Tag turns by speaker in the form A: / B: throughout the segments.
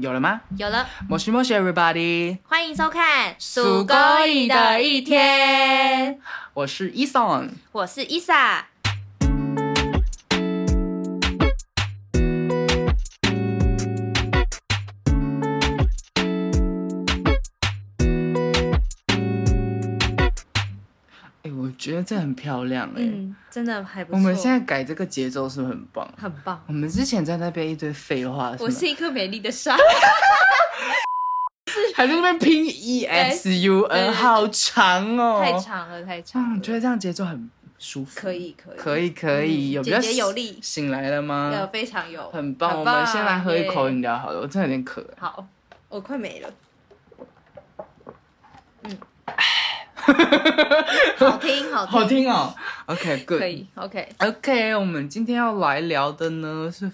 A: 有了吗？
B: 有了，
A: 摩西摩西，everybody，
B: 欢迎收看《
A: 属狗里的一天》，我是 Eason。
B: 我是伊莎。
A: 哎，我觉得这很漂亮哎、
B: 嗯，真的还不错。
A: 我们现在改这个节奏是不是很棒？
B: 很棒。
A: 我们之前在那边一堆废话，
B: 我
A: 什么
B: 是一颗美丽的沙，
A: 还在那边拼 E S U
B: 对对
A: N，好长哦，
B: 太长了，太长
A: 嗯，
B: 了。
A: 觉得这样节奏很舒服，
B: 可以，可以，
A: 可以可以，
B: 嗯
A: 有比较
B: 简洁有力，
A: 醒来了
B: 呃，
A: 吗？
B: 非常有，
A: 很棒，我们先来喝一口饮嗯料好了，我真的有点渴。
B: 耶好，我快没了。 嗯，好听，好听，
A: 好，听哦，OK，good，
B: 可以，OK。
A: OK，我们今天要来聊的呢是，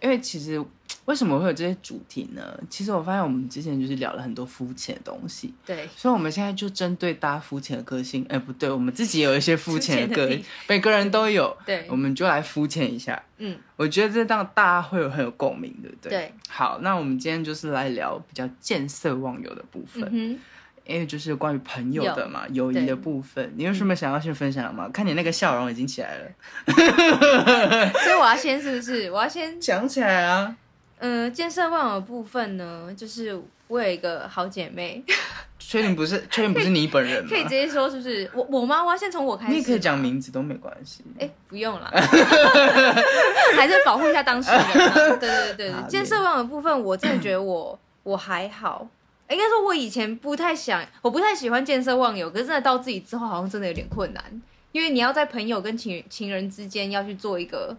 A: 因为其实为什么会有这些主题呢？其实我发现我们之前就是聊了很多肤浅的东西，
B: 对，
A: 所以我们现在就针对大家肤浅的个性，哎、不对，我们自己也有一些肤浅的
B: 肤浅的
A: 个
B: 地，
A: 每个人都有，
B: 对
A: 我，们就来肤浅一下。
B: 嗯，
A: 我觉得这让大家会有很有共鸣，对不对？
B: 对。
A: 好，那我们今天就是来聊比较见色忘友的部分，
B: 嗯
A: 因为就是关于朋友的嘛，友谊
B: 对嗯
A: 的部分。你有什么想要先分享的吗？看你那个笑容已经起来了，
B: 哼，所以我要先是不是？我要先
A: 讲起来啊。
B: 嗯，健身忘我的部分呢，就是我有一个好姐妹，
A: 确定不是确定不是你本人吗
B: 可以？直接说是不是？我我吗？我要先从我开始。
A: 你也可以讲。名字都没关系。
B: 哎、不用了， 还是保护一下当事人啊。对对对对
A: 好嘞
B: 对，健身忘我的部分，我真的觉得我我还好。应该说，我以前不太想，我不太喜欢见色忘友，可是真的到自己之后，好像真的有点困难，因为你要在朋友跟情人情人之间要去做一个，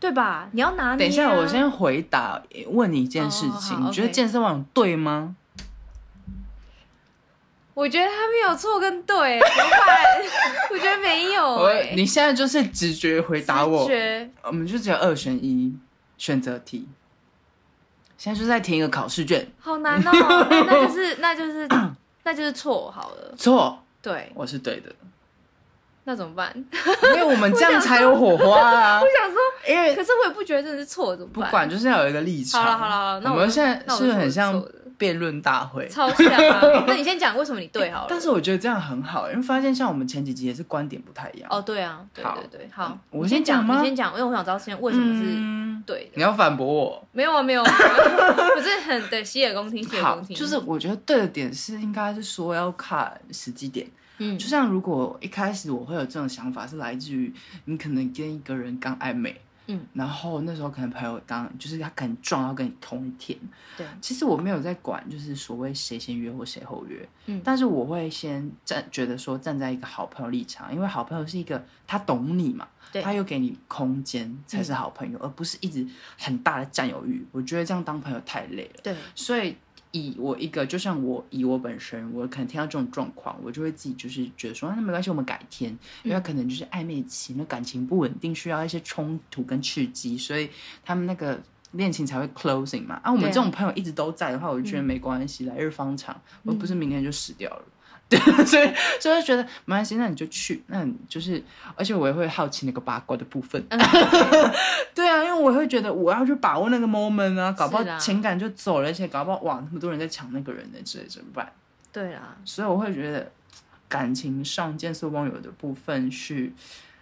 B: 对吧？你要拿捏、啊
A: 等一下，我，先回答问你一件事情，
B: 哦好
A: 你觉得
B: OK
A: 健身网对吗？
B: 我觉得他没有错跟对，怎么办 我觉得没有、
A: 我
B: 欸。
A: 你现在就是直觉回答我
B: 直，觉
A: 我们就只有二选一选择题。现在就在填一个考试卷，
B: 好难哦， 那那就是那就是 那就是错好了，
A: 错，
B: 对，
A: 我是对的，
B: 那怎么办？
A: 因为我们这样才有火花啊。
B: 我想说，
A: 因为
B: 可是我也不觉得这是错，怎么
A: 不
B: 办？
A: 管就是要有一个立场。
B: 好了好了好了那我
A: 们现在
B: 那我
A: 是不是
B: 就
A: 很
B: 是
A: 像
B: 错的
A: 辩论大会？
B: 超 像啊！那你先讲为什么你对好了？
A: 但是我觉得这样很好，因为发现像我们前几集也是观点不太一样。
B: 哦，对啊，对
A: 好嗯
B: 对对，好，
A: 我
B: 你
A: 先
B: 先
A: 讲吗
B: 你先讲，因为我想知道先为
A: 为
B: 什么是
A: 嗯、
B: 对的。
A: 你要反驳我？
B: 没有啊，没有啊， 没有我是很对洗耳恭听，洗耳
A: 好，
B: 恭听，
A: 就是我觉得对的点是应该是说要看时机点。
B: 嗯
A: 就，像如果一开始我会有这种想法，是来自于你可能跟一个人刚暧昧，
B: 嗯，
A: 然后那时候可能朋友刚就是他可能撞到跟你同一天，
B: 对，
A: 其实我没有在管就是所谓谁先约或谁后约，
B: 嗯
A: 但是我会先站觉得说站在一个好朋友立场，因为好朋友是一个他懂你嘛，
B: 对嗯
A: 他又给你空间才是好朋友，而不是一直很大的占有欲。我觉得这样当朋友太累了。
B: 对，
A: 所以以我一个，就像我以我本身，我可能听到这种状况，我就会自己就是觉得说，啊那没关系，我们改天，因为可能就是暧昧期，那感情不稳定，需要一些冲突跟刺激，所以他们那个。恋情才会 closing 嘛，啊，我们
B: 对啊
A: 这种朋友一直都在的话，我就觉得没关系，来日方长，我不是明天就死掉了，对，所以所以就觉得没关系，那你就去，那你就是，而且我也会好奇那个八卦的部分，
B: 嗯，对
A: 对啊，因为我会觉得我要去把握那个 moment 啊，搞不
B: 是
A: 好
B: 啦
A: 情感就走了，而且搞不好哇，那么多人在抢那个人呢，这怎么办？
B: 对啦，
A: 所以我会觉得感情上见色忘友的部分是，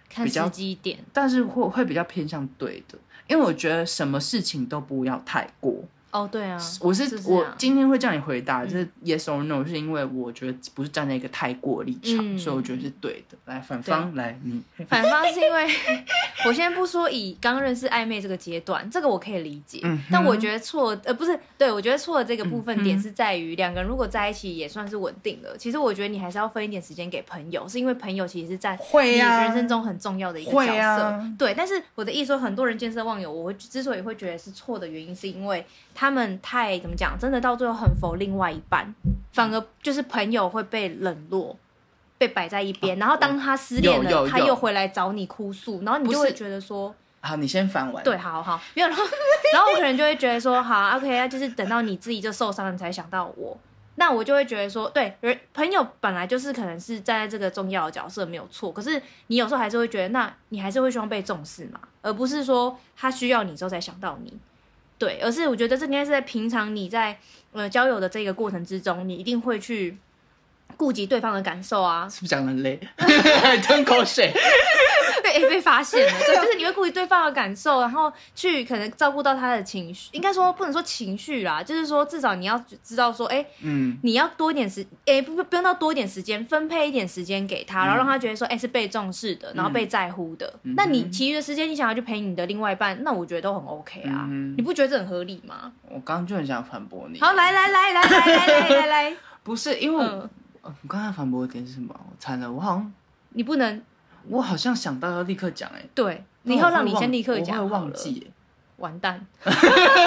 B: 看
A: 比较
B: 时机点，
A: 但是会会比较偏向对的，因为我觉得什么事情都不要太过。
B: 哦，对啊，
A: 我是
B: 是这
A: 我
B: 样嗯
A: 今天会叫你回答，就是 yes or no，是因为我觉得不是站在一个太过立场，
B: 嗯
A: 所以我觉得是对的。来，反方来你，
B: 反方是因为 我先不说以刚认识暧昧这个阶段，这个我可以理解，
A: 嗯哼
B: 但我觉得错呃不是，对我觉得错的这个部分
A: 嗯
B: 点
A: 哼
B: 是在于两个人如果在一起也算是稳定了，其实我觉得你还是要分一点时间给朋友，是因为朋友其实是在
A: 会
B: 你
A: 啊
B: 人生中很重要的一个
A: 会
B: 角色，
A: 啊
B: 对。但是我的意思说，很多人见色忘友，我会之所以会觉得是错的原因，是因为他们太怎么讲，真的到最后很否另外一半，反而就是朋友会被冷落。被摆在一边，然后当他失恋了，
A: 啊有有
B: 他
A: 有
B: 又回来找你哭诉，然后你就
A: 不是
B: 会觉得说，
A: 好，你先反完。
B: 对，好好没有，然后 然后我可能就会觉得说，啊好，OK，那就是等到你自己就受伤了，你才想到我。那我就会觉得说，对，人朋友本来就是可能是站在这个重要的角色没有错，可是你有时候还是会觉得，那你还是会希望被重视嘛，而不是说他需要你之后才想到你。对，而是我觉得这应该是在平常你在呃交友的这个过程之中，你一定会去顾及对方的感受啊。
A: 是不是讲得很累？ 吞口水。
B: 被被发现了，对，就是你会顾及对方的感受，然后去可能照顾到他的情绪，应该说不能说情绪啦，就是说至少你要知道说，哎、
A: 嗯，
B: 你要多一点时，哎、不不不用到多一点时间，分配一点时间给他，然后让他觉得说，哎、是被重视的，然后被在乎的。
A: 嗯
B: 那你其余的时间，你想要去陪你的另外一半，那我觉得都很 OK 啊，
A: 嗯
B: 你不觉得这很合理吗？
A: 我刚刚就很想反驳你。
B: 好，来来来来来来来 来来，
A: 不是因为我
B: 嗯，
A: 呃我刚才反驳的点是什么？我惨了，我好像
B: 你不能
A: 我好像想到要立刻讲哎、欸，
B: 对，
A: 那
B: 以
A: 我
B: 后
A: 会
B: 让你
A: 忘
B: 先立刻
A: 我
B: 讲
A: 会
B: 好
A: 忘
B: 了，
A: 记、欸。
B: 完蛋，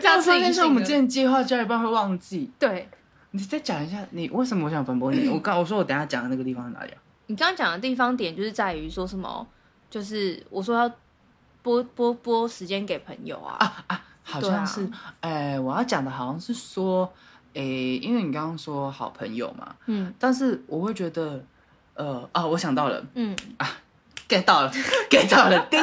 B: 这样
A: 我发
B: 是隐
A: 现是我
B: 性
A: 们
B: 的
A: 之前计划教一半会忘记。
B: 对。
A: 你再讲一下，你为什么我想反驳 你？我刚我说我等一下讲的那个地方是哪里啊？
B: 你刚刚讲的地方点就是在于说什么，就是我说要拨拨拨时间给朋友啊，
A: 啊啊，好像是，哎、我要讲的好像是说，哎、因为你刚刚说好朋友嘛，
B: 嗯
A: 但是我会觉得，呃啊，我想到了
B: 嗯，
A: ，get 到了 ，get 到了， 叮，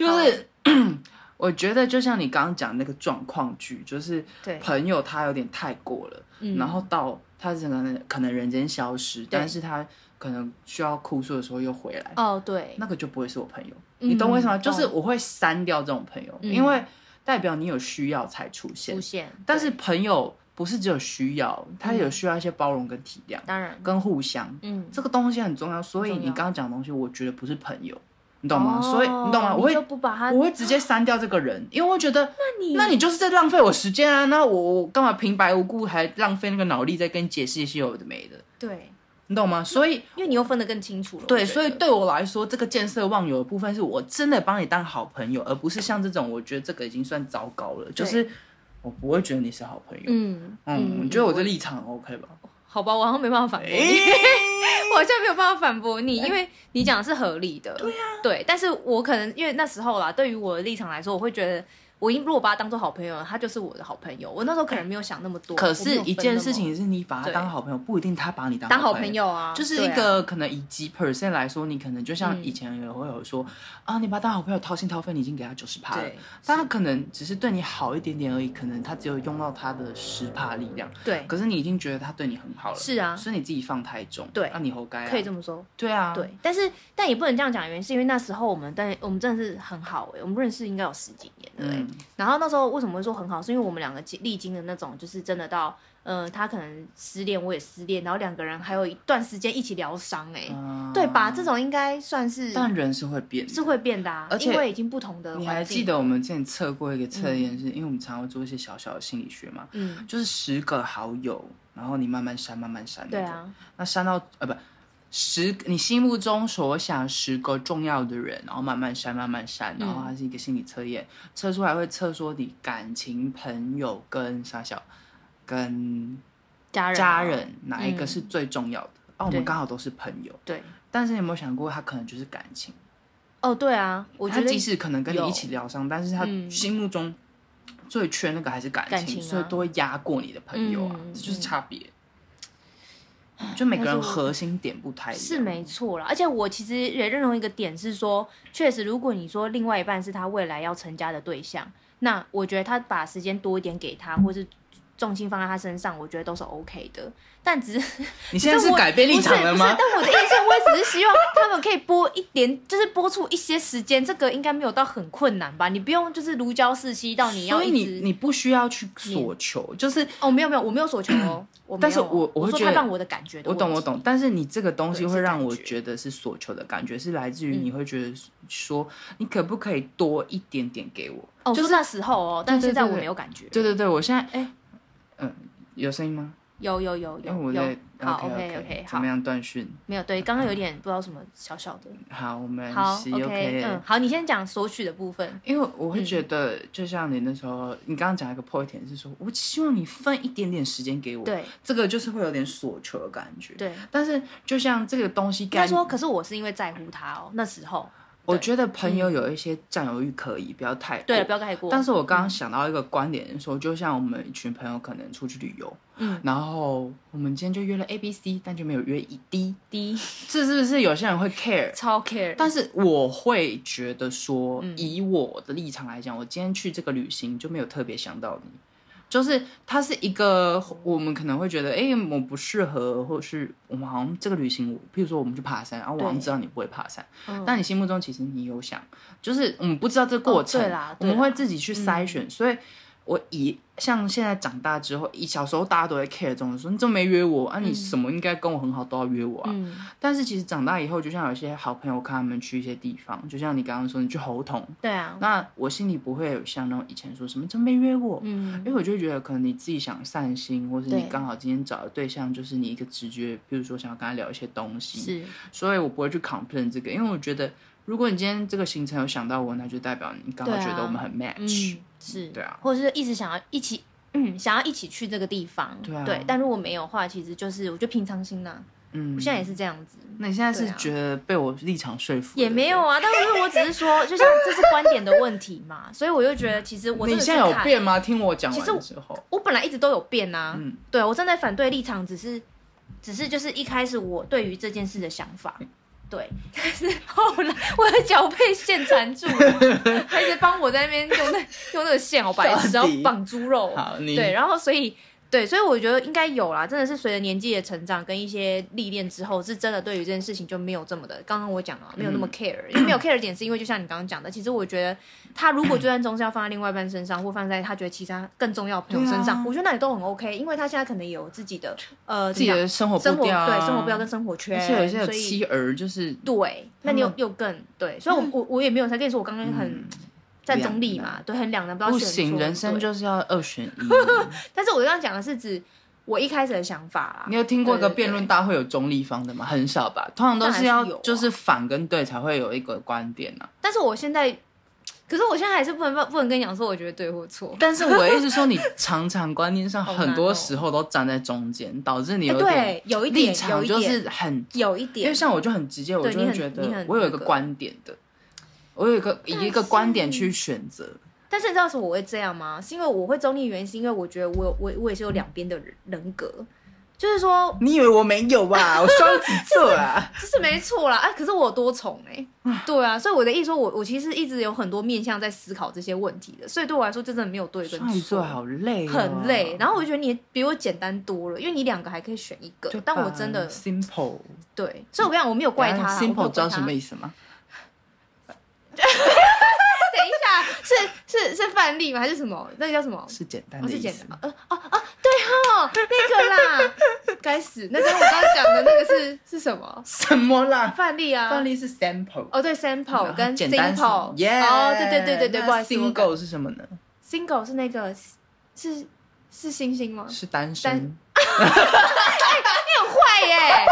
A: 就是。 我觉得就像你刚刚讲那个状况剧，就是
B: 对，
A: 朋友他有点太过了，
B: 嗯，
A: 然后到他整个人可能人间消失，但是他可能需要哭诉的时候又回来，
B: 哦对，
A: 那个就不会是我朋友。
B: 嗯
A: 你懂我意思吗？
B: 懂
A: 就是我会删掉这种朋友，
B: 嗯
A: 因为代表你有需要才出现
B: 出。现，
A: 但是
B: 对嗯
A: 朋友不是只有需要，他有需要一些包容跟体谅，
B: 当然，
A: 跟互相，
B: 嗯，
A: 这个东西很重要。所以
B: 重要
A: 你刚刚讲的东西，我觉得不是朋友，你懂吗？
B: 哦
A: 所以你懂吗？我会
B: 你就不把他，
A: 我会直接删掉这个人，因为我觉得
B: 那你
A: 那你就是在浪费我时间啊！那我我干嘛平白无故还浪费那个脑力在跟你解释一些有的没的，
B: 对，
A: 你懂吗？所以
B: 因为你又分得更清楚了，
A: 嗯对，
B: 我觉得
A: 所以对我来说，这个见色忘友的部分是我真的帮你当好朋友，而不是像这种，我觉得这个已经算糟糕了。就是我不会觉得你是好朋友。
B: 嗯
A: 嗯，你觉得我这立场 OK 吧？
B: 好吧，我好像没办法反驳你。 我好像没有办法反驳你，
A: 哎
B: 因为你讲的是合理的。
A: 啊
B: 对呀、对，但是我可能因为那时候啦，对于我的立场来说，我会觉得，我已经如果把他当做好朋友，他就是我的好朋友。我那时候可能没有想那么多。
A: 可
B: 我没
A: 是，
B: 有分
A: 一件
B: 那么
A: 事情是你把他
B: 对
A: 当好朋友，不一定他把你当
B: 当好
A: 好
B: 朋
A: 友。
B: 友啊，
A: 就是一
B: 对啊
A: 个可能以几 percent 来说，你可能就像
B: 嗯
A: 以前也会有说、啊，你把他当好朋友掏心掏肺，你已经给他九十趴了
B: 对，
A: 但他可能只是对你好一点点而已，可能他只有用到他的十趴力量，
B: 对，啊
A: 可是你已经觉得他对你很好了，
B: 是啊
A: 所以你自己放太重，
B: 对
A: 那、你活该、啊，
B: 可以这么说。
A: 对啊，，
B: 对，但是但也不能这样讲，原因是因为那时候我们但我们真的是很好哎、我们认识应该有十几年了哎、
A: 嗯，
B: 然后那时候为什么会说很好，是因为我们两个经历经的那种，就是真的到，呃，他可能失恋，我也失恋，然后两个人还有一段时间一起疗伤、欸，
A: 啊
B: 对吧？这种应该算是
A: 但人是会变的，
B: 是会变的、啊，
A: 而且
B: 因为已经不同的环
A: 你
B: 境。
A: 还记？得我们之前测过一个测验，是、因为我们常常会做一些小小的心理学嘛，
B: 嗯，
A: 就是十个好友，然后你慢慢删，慢慢删，
B: 对，啊，
A: 那删到呃不十，你心目中所想十个重要的人，然后慢慢删，慢慢删，
B: 嗯
A: 然后它是一个心理测验，测出来会测说你感情、朋友跟啥小跟
B: 家人啊，
A: 家人哪一个
B: 嗯
A: 是最重要的。啊，我
B: 对
A: 们刚好都是朋友，
B: 对，
A: 但是你有没有想过，他可能就是感情？
B: 哦，对啊，我觉
A: 他
B: 得
A: 即使可能跟你
B: 有
A: 一起疗伤，但是他
B: 嗯
A: 心目中最缺那个还是感情，
B: 感情啊
A: 所以都会压过你的朋友啊，
B: 嗯
A: 这就是差别。就每个人
B: 但是我
A: 核心点不太一样，
B: 是没错啦。而且我其实也认同一个点是说，确实，如果你说另外一半是他未来要成家的对象，那我觉得他把时间多一点给他，或是重心放在他身上，我觉得都是 OK 的。但 只是
A: 你现在是
B: 我
A: 改变立场了
B: 不是
A: 吗
B: 不？是但我的意思，我也只是希望他们可以播一点，就是播出一些时间，这个应该没有到很困难吧？你不用就是如胶似漆到你要
A: 所以
B: 一
A: 你
B: 直。
A: 你不需要去索求，就是
B: 哦，没有没有，我没有所求哦，我没有
A: 但是我我
B: 我
A: 会
B: 说
A: 觉得
B: 他让我的感觉的
A: 我懂我
B: 问题，
A: 懂，但是你这个东西
B: 对
A: 会
B: 是
A: 让
B: 感
A: 我
B: 觉
A: 觉得是索求的感觉，是来自于
B: 嗯
A: 你会觉得说你可不可以多一点点给我？
B: 哦，
A: 就是
B: 那时候哦，但
A: 对对
B: 现在
A: 对
B: 我
A: 对
B: 没有感觉，
A: 对对对，我现在
B: 哎
A: 嗯，有声音吗？
B: 有有有
A: 因为
B: 有
A: 哎我
B: 有
A: 在
B: 好
A: OK
B: OK，好
A: 怎么样嗯断讯？
B: 没有，对，刚刚有点不知道什么小小的。
A: 好，我们
B: 好
A: 是
B: ，OK，嗯，好，你先讲索取的部分。
A: 因为我会觉得，就像你那时候，你刚刚讲一个 point 点是说，我希望你分一点点时间给我，，
B: 对
A: 这个就是会有点索求的感觉。
B: 对，
A: 但是就像这个东西
B: 应该
A: 该
B: 说，可是我是因为在乎他哦，那时候
A: 我觉得朋友有一些占有欲可以，不要太
B: 对了，
A: 过
B: 不要盖过。
A: 但是我刚刚想到一个观点是说，就像我们一群朋友可能出去旅游，
B: 嗯，
A: 然后我们今天就约了 A、B、C，但就没有约 E、D，
B: 低
A: 这是不是有些人会 care？
B: 超 care，
A: 但是我会觉得说，
B: 嗯
A: 以我的立场来讲，我今天去这个旅行就没有特别想到你，就是它是一个我们可能会觉得，哎、我不适合，或是我们好像这个旅行，譬如说我们去爬山，啊然后我好像
B: 对
A: 知道你不会爬山，
B: 嗯
A: 但你心目中其实你有想，就是我们不知道这个过程，
B: 哦对啦嗯
A: 我
B: 对啦
A: 们会自己去筛选，所以。我以像现在长大之后，以小时候大家都会 care 这种，说你怎么没约我啊？你
B: 嗯
A: 什么应该跟我很好都要约我啊？
B: 嗯，
A: 但是其实长大以后，就像有些好朋友，我看他们去一些地方，就像你刚刚说，你去猴童，
B: 对啊，
A: 那我心里不会有像那种以前说什么怎么没约我，
B: 嗯
A: 因为我就会觉得可能你自己想散心，或是
B: 对
A: 你刚好今天找的对象就是你一个直觉，比如说想要跟他聊一些东西，
B: 是
A: 所以我不会去 complain 这个，因为我觉得如果你今天这个行程有想到我，那就代表你刚好
B: 对啊
A: 觉得我们很 match，、
B: 嗯是，
A: 对啊
B: 或者是一直想要一起。嗯，想要一起去这个地方，
A: 对啊
B: 但如果没有的话，其实就是我觉得平常心啦、
A: 嗯，
B: 我现在也是这样子，
A: 那你现在
B: 对
A: 是
B: 啊
A: 觉得被我立场说服？
B: 也没 有。啊。但是我只是说，就像这是观点的问题嘛，所以我就觉得其实我
A: 嗯你
B: 真的是
A: 现在有
B: 看
A: 变吗？听我讲
B: 其实
A: 完之后，
B: 我本来一直都有变啊，
A: 嗯
B: 对我站在反对立场，只是只是就是一开始我对于这件事的想法，对， 但是后来我的脚被线缠住了， 他一直帮我在那边用那用那个线，好白痴，然
A: 到
B: 后
A: 底
B: 绑猪肉，
A: 好，你
B: 哦对，然后所以。对，所以我觉得应该有啦，真的是随着年纪的成长跟一些历练之后，是真的对于这件事情就没有这么的。刚刚我讲了，没有
A: 嗯
B: 那么 care，、因为没有 care 的点是因为就像你刚刚讲的，其实我觉得他如果就算终是要放在另外一半身上，或放在他觉得其他更重要的朋友身上，
A: 对啊
B: 我觉得那也都很 OK，因为他现在可能也有自己的呃
A: 自己
B: 怎么
A: 的生活
B: 讲生
A: 步
B: 活
A: 调啊、
B: 对生活步调跟生活圈，
A: 而且有一些有
B: 嗯所以嗯
A: 妻儿，就是
B: 对，那你
A: 他
B: 又
A: 们
B: 又更对，所以我、我我也没有才跟你说，我刚刚很。
A: 嗯
B: 站中立嘛
A: 两，
B: 对，很两难，不知道
A: 不
B: 选
A: 行，
B: 错
A: 人生
B: 对
A: 就是要二选一。
B: 但是我刚刚讲的是指我一开始的想法啦。
A: 你有听过一个
B: 对对对
A: 辩论大会有中立方的吗？很少吧，通常都是
B: 当
A: 要
B: 然是有啊
A: 就是反跟对才会有一个观点啊。
B: 但是我现在，可是我现在还是不能不能跟你讲说我觉得对或错。
A: 但是我一直说， 你常常观念上
B: 好难哦
A: 很多时候都站在中间，导致你
B: 哎
A: 有点
B: 对，有一
A: 立
B: 点，有
A: 场
B: 一
A: 就
B: 点，
A: 是很，
B: 有一
A: 因为
B: 点，
A: 像我就很直接，我就
B: 你
A: 会
B: 很
A: 觉
B: 你
A: 得
B: 很
A: 我有一个
B: 那个
A: 观点的，我有一个以
B: 但
A: 一个观
B: 是
A: 点去选择。
B: 但是你知道为什么我会这样吗？是因为我会中立，原因是因为我觉得我有我我也是有两边的人人格，就是说
A: 你以为我没有吧？我双子座 啊。
B: 这是没错啦，啊，可是我有多重哎、对啊，所以我的意思说我我其实一直有很多面向在思考这些问题的，所以对我来说就真的没有对跟
A: 双鱼座
B: 错。
A: 好累、哦，
B: 很累，然后我就觉得你比我简单多了，因为你两个还可以选一个
A: 对吧。，
B: 但我真的
A: simple，
B: 对，所以我跟你讲，我没有怪他啦。我没有
A: ，simple 知道
B: 怪他
A: 什么意思吗？
B: 等一下，是是是范例吗？还是什么？那个叫什么？
A: 是简单
B: 哦，
A: 的
B: 是
A: 意
B: 简
A: 思。
B: 单。呃哦哦，对哦，那 个啦，该死，那跟我刚刚讲的那个是是什么？
A: 什么啦？
B: 范例啊，
A: 范例是 sample。
B: 哦，对，sample 跟
A: 简单是
B: simple，
A: 耶！
B: 哦，对对对对对，
A: 那
B: 不好意思我嗯搞
A: single 是什么呢？
B: single 是那个是是星星 吗？
A: 是单
B: 单
A: 身。
B: 你很坏 耶，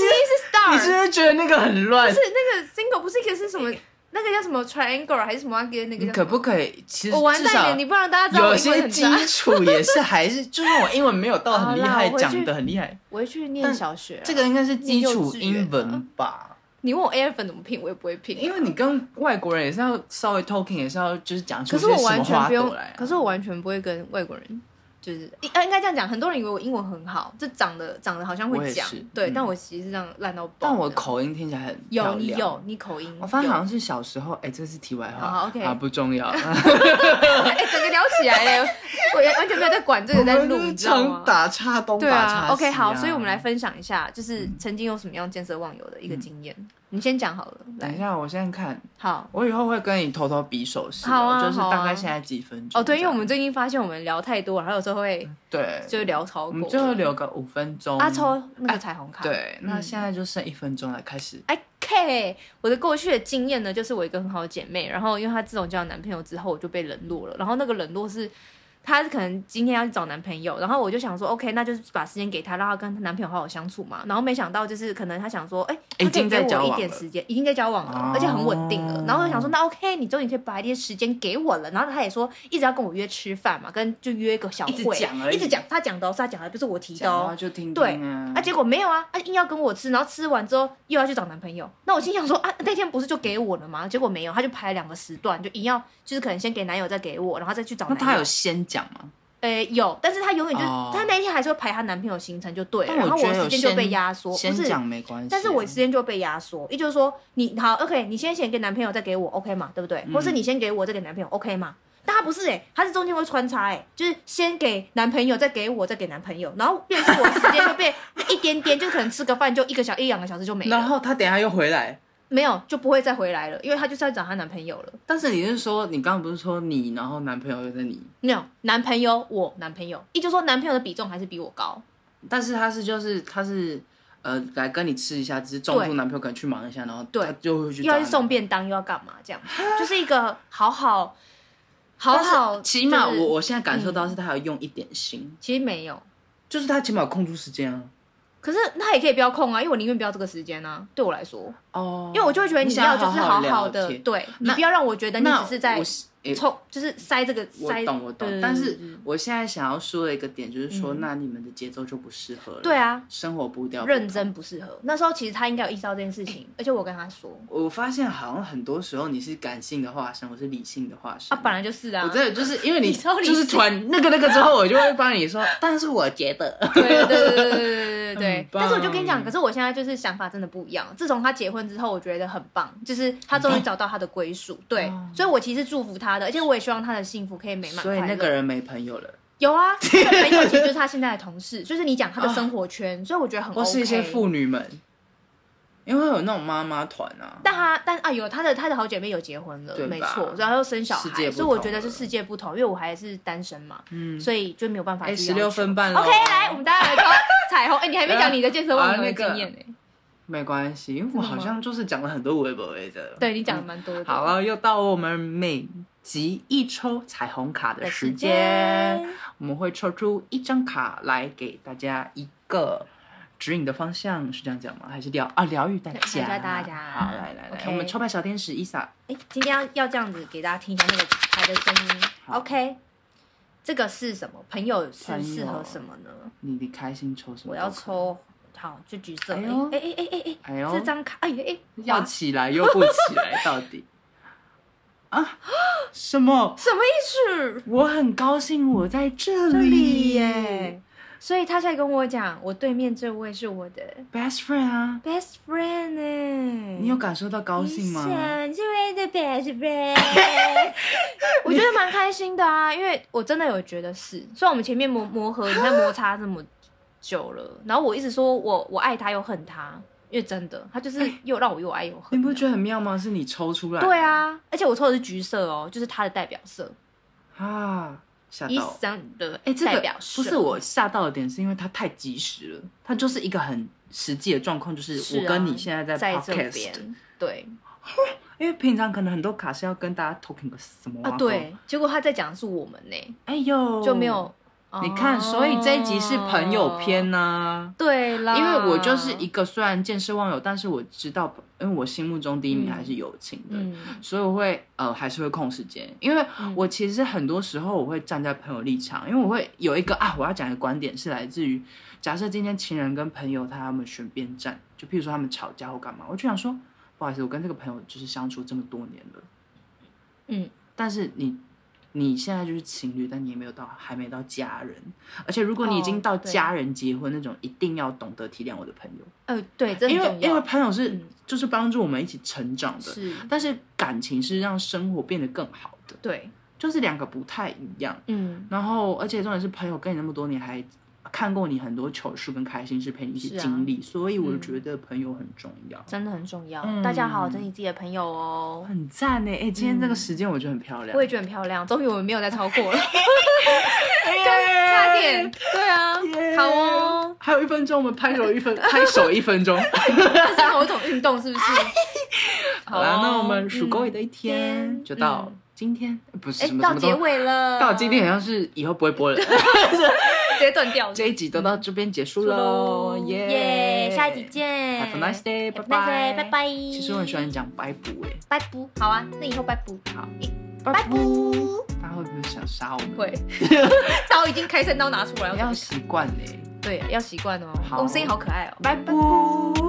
A: 你
B: 星是
A: 是
B: star，
A: 不是觉得那个很乱
B: 不？是那个 single 不是一个是什么？那个叫什么 triangle 还是什么？那个那个
A: 你可
B: 叫什么
A: 不嗯可以？其实
B: 我完
A: 至
B: 蛋
A: 少
B: 了，你不让大家知道
A: 有
B: 我英文
A: 些
B: 很
A: 基
B: 渣。
A: 础也是还是， 就算我英文没有到很厉
B: 好啦
A: 害，
B: 我回去
A: 讲的很厉害，
B: 我会去念
A: 但
B: 小学啊、
A: 这个应该是基
B: 念幼
A: 础
B: 稚园啊
A: 英文吧？
B: 你问我 air 粉怎么拼，我也不会拼啊、
A: 因为你跟外国人也是要稍微 talking，也是要就是讲出
B: 可
A: 一
B: 是
A: 些
B: 我
A: 什
B: 完
A: 么
B: 全
A: 花
B: 不用
A: 朵来啊。，
B: 可是我完全不会跟外国人，就是应呃应该这样讲，很多人以为我英文很好，就长得长得好像
A: 我
B: 会
A: 也
B: 讲
A: 是，
B: 对，
A: 嗯
B: 但我其实是这样烂到爆的。
A: 但我口音听起来很漂
B: 有
A: 亮
B: 你有你口音，
A: 我发现
B: 有
A: 好像是小时候，哎、这是题外话，
B: 好好，OK
A: 啊，不重要。
B: 哎、整个聊起来了，我也完全没有在管这个 在录，你知道
A: 常
B: 吗？
A: 打岔东
B: 对
A: 打岔西、
B: 啊，OK，好，所以我们来。分享一下，就是
A: 嗯
B: 曾经有什么样建设忘友的一个经验。你先讲好了，
A: 等一
B: 来，
A: 下，我现在看，
B: 好，
A: 我以后会跟你偷偷比手势哦、
B: 好啊
A: 就是大概现在几分钟、
B: 哦，对，因为我们最近发现我们聊太多，然后有时候会
A: 对，
B: 就是聊
A: 嗯
B: 超
A: 我
B: 过，
A: 们最后留个五分钟。
B: 阿抽那个彩虹卡，
A: 对，那
B: 嗯
A: 现在就剩一分钟了，开始。
B: 哎 K，我的过去的经验呢，就是我一个很好的姐妹，然后因为她自从交了男朋友之后，我就被冷落了。然后那个冷落是她可能今天要去找男朋友，然后我就想说，OK，那就是把时间给她，让她跟她男朋友好好相处嘛。然后没想到就是可能她想说，哎、
A: 已
B: 她可以
A: 经在
B: 给
A: 交
B: 我一
A: 往
B: 点
A: 了
B: 时间，已经在交往了，
A: 哦
B: 而且很稳定了。然后我想说，那 OK，你终于可以把一些时间给我了。然后她也说，一直要跟我约吃饭嘛，跟就约一个小
A: 一直
B: 会，
A: 讲而
B: 一直
A: 已
B: 讲，她讲的哦是她讲的，不是我提的
A: 讲
B: 哦
A: 话。就听
B: 对
A: 听啊，
B: 啊，结果没有啊，啊硬要跟我吃，然后吃完之后又要去找男朋友。那我心想说啊，那天不是就给我了吗？结果没有，他就排两个时段，就一定要就是可能先给男友，再给我，然后再去找
A: 那
B: 男友。
A: 他有先讲吗？
B: 呃有，但是他永远就是、
A: 哦
B: 他那一天还是会排她男朋友行程就对了，
A: 但
B: 然后
A: 觉
B: 我
A: 得
B: 的时
A: 有
B: 间就
A: 先
B: 被压缩，不
A: 先
B: 是。
A: 讲没关系啊。
B: 但是我时间就被压缩，也就是说，你好，OK，你先先给男朋友，再给我，OK 嘛，对不对？
A: 嗯
B: 或是你先给我，再给男朋友，OK 嘛？但他不是哎、他是中间会穿插哎、就是先给男朋友，再给我，再给男朋友，然后变成我的时间就变一点点，就可能吃个饭就一个小一两个小时就没
A: 然
B: 了，
A: 后他等一下又回来，
B: 没有就不会再回来了，因为他就是要找她男朋友了。
A: 但是你是说你刚刚不是说你，然后男朋友又在你，
B: 没有男朋友，我男朋友，也就是说男朋友的比重还是比我高，
A: 但是他是就是他是呃来跟你吃一下，只是中
B: 对
A: 途男朋友可能去忙一下，然后
B: 对
A: 他就会去
B: 又
A: 找
B: 要
A: 你
B: 去送便当，又要干嘛这样，就是一个好好好
A: 但是
B: 好，
A: 起码
B: 就是嗯
A: 我我现在感受到是他有用一点心，
B: 其实没有。
A: 就是他起码有空出时间啊。
B: 可是那也可以不要空啊，因为我宁愿不要这个时间啊，对我来说，
A: 哦，
B: 因为我就会觉得
A: 你
B: 你
A: 想
B: 要
A: 要
B: 就是
A: 好好
B: 好
A: 聊
B: 的，
A: 天
B: 对你
A: 那
B: 不要让我觉得你
A: 那
B: 只是在
A: 我是诶
B: 凑，就是塞这个
A: 我
B: 塞，
A: 懂我懂
B: 对，
A: 但
B: 对
A: 是
B: 对嗯
A: 我现在想要说的一个点就是说，那你们的节奏就不适合了。
B: 对，啊，
A: 生活步调不
B: 认
A: 同
B: 真不适合。那时候其实他应该有意识到这件事
A: 嗯
B: 情，而且我跟他说，
A: 我发现好像很多时候你是感性的化身，我是理性的化身。
B: 啊，本来就是啊，
A: 我真的就是因为你
B: 你超理性
A: 就是突然那个那个之后，我就会帮你说，但是我觉得，
B: 对对对对对对对对
A: 很。棒
B: 但是我就跟你讲，可是我现在就是想法真的不一样。自从他结婚之后，我觉得很棒，就是他终
A: 嗯
B: 于找到他的归属。对，所以我其实祝福他的，而且我也希望他的幸福可以美满
A: 哦所以
B: 快
A: 那
B: 乐
A: 个人没朋友了，
B: 有啊，这个朋友其实就是他现在的同事，就是你讲他的生活圈，所以我觉得很 OK。
A: 啊或是一些妇女们，因为有那种妈妈团啊，
B: 但他但啊有他的他的好姐妹有结婚了，
A: 对吧
B: 没错，然后又生小
A: 世界
B: 孩，
A: 不同
B: 所以我觉得是世界不同，因为我还是单身嘛，
A: 嗯，
B: 所以就没有办法去
A: 哎，
B: 要求。
A: 十六分哦半了
B: OK，来，我们大家来抽 彩虹。哎，你还没讲你的健
A: 啊
B: 身网友的
A: 那个
B: 经验呢？
A: 没关系，因为我
B: 真的吗
A: 好像就是讲了很多微博的，
B: 对你讲的蛮多的。
A: 好啊了，又到我们每集一抽彩虹卡的
B: 的
A: 时
B: 时
A: 间
B: 间，，
A: 我们会抽出一张卡来给大家一个指引的方向，是这样讲吗？还是疗啊疗愈大
B: 对
A: 家？
B: 疗愈大家
A: 好，来来来，
B: OK
A: 我们抽牌小天使伊萨，
B: 哎，今天要要这样子给大家听一下那个牌的声音。
A: 好
B: OK，这个是什么？朋友是
A: 朋友
B: 适合什么呢？
A: 你你开心抽什么？
B: 我要，抽，好，就橘色。
A: 哎
B: 哎
A: 呦
B: 哎哎哎哎哎，
A: 哎呦
B: 这，张卡，哎哎哎，
A: 要
B: 哇
A: 起来又不起来，到底 啊？什么？
B: 什么意思？
A: 我很高兴我在这
B: 这
A: 里
B: 里耶！所以他才跟我讲，我对面这位是我的
A: ，best friend 啊，
B: best friend 呢、
A: 你有感受到高兴吗？
B: 你是我的 best friend，我觉得蛮开心的啊，因为我真的有觉得是，虽然我们前面磨磨合，你看摩擦这么久了，然后我一直说我我爱他又恨他，因为真的他就是又让我又爱又恨。
A: 哎你不觉得很妙吗？是你抽出来的，
B: 对啊，而且我抽的是橘色哦，就是他的代表色，
A: 啊，吓
B: 一
A: 到。
B: 生的
A: 哎、这
B: 代
A: 个
B: 表
A: 不
B: 色。
A: 是我吓到的点，是因为它太及时了，它就是一个很实际的状况，就是
B: 是
A: 我
B: 啊
A: 跟你现在在
B: 在这
A: podcast，、
B: 边，对
A: 因为平常可能很多卡是要跟大家 talking 个什么
B: 啊，对，结果他在讲的是我们呢，
A: 哎呦
B: 就没，有。
A: 你看，所以这一集是朋友篇
B: 哦，
A: 呐、
B: 对啦，
A: 因为我就是一个虽然见识忘友，但是我知道，因为我心目中第一名还是友情的，
B: 嗯，
A: 所以我会呃还是会空时间，因为我其实很多时候我会站在朋友立场，因为我会有一个啊我要讲的观点是来自于，假设今天情人跟朋友他们选边站，就譬如说他们吵架或干嘛，我就想说不好意思，我跟这个朋友就是相处这么多年了，
B: 嗯，
A: 但是你你现在就是情侣，但你也没有到还没到家人，而且如果你已经
B: 哦
A: 到
B: 对
A: 家人结婚那种，一定要懂得体谅我的朋友，
B: 呃，对，这很
A: 因为
B: 重要
A: 因为朋友是、
B: 嗯
A: 就是帮助我们一起成长的，
B: 是，
A: 但是感情是让生活变得更好的，
B: 对，
A: 就是两个不太一样。
B: 嗯，
A: 然后，而且重点是朋友跟你那么多年，还看过你很多糗事跟开心事，陪你一起
B: 是啊
A: 经历，所以我
B: 嗯
A: 觉得朋友很重要。
B: 真的很重要，
A: 嗯
B: 大家好好珍惜自己的朋友哦。
A: 很赞呢！哎、今天这个时间我觉得很漂亮，
B: 我也觉得很漂亮，终于我们没有再超 过了，
A: 差
B: 差点。。对啊
A: 耶，
B: 好哦，
A: 还有一 分钟，我们拍手一分，拍手一分钟。
B: 这是某种运动，是不是？
A: 好啦，
B: 哎好
A: 那我们数
B: 嗯
A: 狗尾的一天
B: 天
A: 就到
B: 嗯
A: 今天，不是
B: 哎
A: 什，么
B: 到
A: 什么
B: 结
A: 都
B: 尾了，
A: 到今天好像是以后不会播了，
B: 直接断掉了，
A: 这一集都到这边结束
B: 结束
A: 喽，耶！
B: 耶，下一集见
A: Have a nice day，拜
B: Have a nice day，拜拜。
A: 其实我很喜欢讲拜布哎，
B: 拜布，好啊，那以后拜布，
A: 好
B: 耶，
A: 拜
B: 拜
A: 布，
B: 布，
A: 大家会不会想杀我们？
B: 会，啊刀已经开山刀拿出来，
A: 要习惯哎。
B: 对，要习惯哦。
A: 好
B: 我们声音好可爱哦，
A: 拜拜。